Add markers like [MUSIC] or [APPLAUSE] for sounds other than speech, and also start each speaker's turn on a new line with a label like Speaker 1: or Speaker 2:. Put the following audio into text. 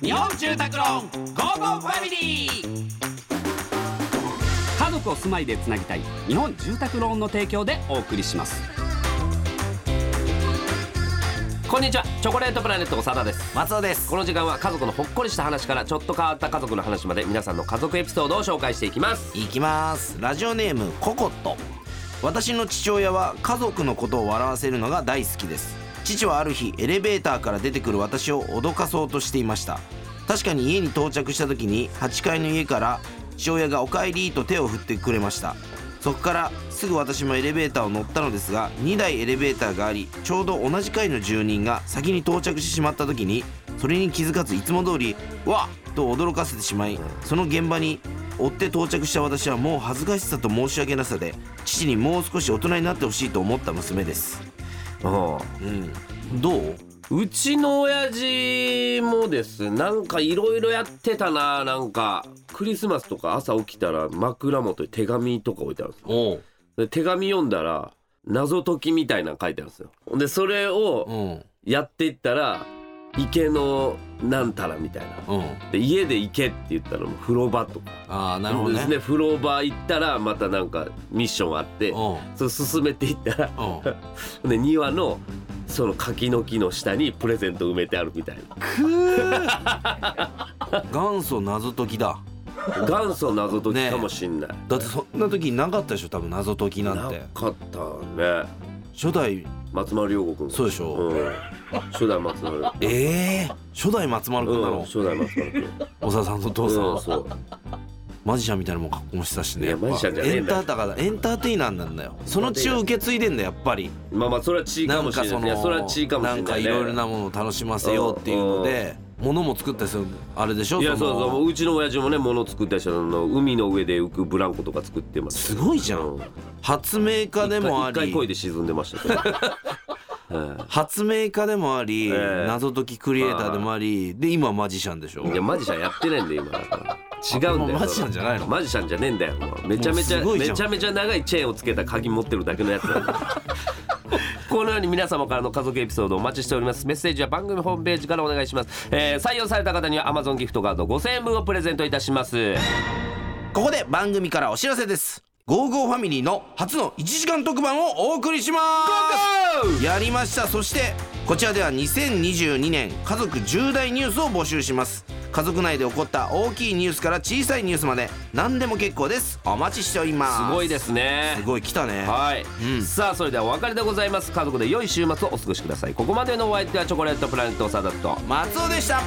Speaker 1: 日本住宅ローンゴーゴーファミリー家族を住まいでつなぎたい日本住宅ローンの提供でお送りしますこんにちはチョコレートプラネット長田です
Speaker 2: 松尾です
Speaker 1: この時間は家族のほっこりした話からちょっと変わった家族の話まで皆さんの家族エピソードを紹介していきます
Speaker 2: いきますラジオネームココット私の父親は家族のことを笑わせるのが大好きです父はある日エレベーターから出てくる私を脅かそうとしていました確かに家に到着した時に8階の家から父親が「おかえり」と手を振ってくれましたそこからすぐ私もエレベーターを乗ったのですが2台エレベーターがありちょうど同じ階の住人が先に到着してしまった時にそれに気づかずいつも通り「わっ!」と驚かせてしまいその現場に追って到着した私はもう恥ずかしさと申し訳なさで父にもう少し大人になってほしいと思った娘ですうんどう
Speaker 1: うちの親父もですなんかいろいろやってたななんかクリスマスとか朝起きたら枕元に手紙とか置いてあるんですよ
Speaker 2: おう
Speaker 1: で手紙読んだら謎解きみたいなの書いてあるんですよでそれ
Speaker 2: う
Speaker 1: を
Speaker 2: ん
Speaker 1: やっていったら池のなんたらみたいな
Speaker 2: うん
Speaker 1: で家で行けって言ったらもう風呂場とか
Speaker 2: ああなるほど
Speaker 1: で
Speaker 2: ね
Speaker 1: すね風呂場行ったらまたなんかミッションあって
Speaker 2: うん
Speaker 1: それ進めていったら
Speaker 2: うん
Speaker 1: で庭のその柿の木の下にプレゼント埋めてあるみたいな
Speaker 2: 元祖謎解きだ
Speaker 1: 元祖謎解きかもしんない、
Speaker 2: だってそんな時なかったでしょ多分謎解き
Speaker 1: な
Speaker 2: なんて
Speaker 1: かったね
Speaker 2: 初代
Speaker 1: 松丸亮吾君
Speaker 2: そうでしょ
Speaker 1: うん、初代松丸
Speaker 2: [LAUGHS] ええ初代松丸君な
Speaker 1: うん
Speaker 2: の
Speaker 1: 初代松丸君
Speaker 2: 小沢さんの父さん
Speaker 1: うんそう
Speaker 2: マジシャンみたいなもん格好もしてたしね
Speaker 1: いや
Speaker 2: やっぱ
Speaker 1: マジシャンじゃね
Speaker 2: エ
Speaker 1: えん
Speaker 2: ン
Speaker 1: だよ
Speaker 2: ターだからエンターテイナーなんだよその血を受け継いでんだよやっぱり
Speaker 1: まあまあそれは地位
Speaker 2: な
Speaker 1: かも
Speaker 2: ん
Speaker 1: し
Speaker 2: か
Speaker 1: れな
Speaker 2: そ
Speaker 1: い
Speaker 2: の
Speaker 1: いやそれは地位かもしれない、
Speaker 2: ん
Speaker 1: ね、
Speaker 2: かいろいろなものを楽しませようっていうので物も作ったりするあれでしょ
Speaker 1: いやそう
Speaker 2: の
Speaker 1: そううちの親父もね物作ったりしたの海の上で浮くブランコとか作ってます
Speaker 2: すごいじゃん
Speaker 1: うん
Speaker 2: 発明家でもあ
Speaker 1: 一回一回声で
Speaker 2: り
Speaker 1: 沈んでましたけど、
Speaker 2: [LAUGHS]
Speaker 1: は
Speaker 2: 発明家でもあり、
Speaker 1: ええ
Speaker 2: 謎解きクリエイターでもありで今マジシャンでしょ
Speaker 1: い、いやマジシャンやってないんだよ今だから違うんだよ
Speaker 2: あマジシャンじゃないの
Speaker 1: マジシャンじゃねえんだよもうめちゃめちゃ
Speaker 2: もうすごいじゃん
Speaker 1: めちゃめちゃ長いチェーンをつけた鍵持ってるだけのやつなんだよ
Speaker 2: [LAUGHS]
Speaker 1: このように皆様からの家族エピソードをお待ちしておりますメッセージは番組ホームページからお願いします、えー採用された方には Amazon ギフトカード5000円分をプレゼントいたします
Speaker 2: ここで番組からお知らせです。ゴーゴーファミリーの初の1時間特番をお送りしますやりましたそしてこちらでは2022年家族重大ニュースを募集します家族内で起こった大きいニュースから小さいニュースまで何でも結構ですお待ちしております
Speaker 1: すごいですね
Speaker 2: すごい来たね
Speaker 1: はい、
Speaker 2: うん
Speaker 1: さあそれではお別れでございます家族で良い週末をお過ごしくださいここまでのお相手はチョコレートプラネットサダット
Speaker 2: 松尾でした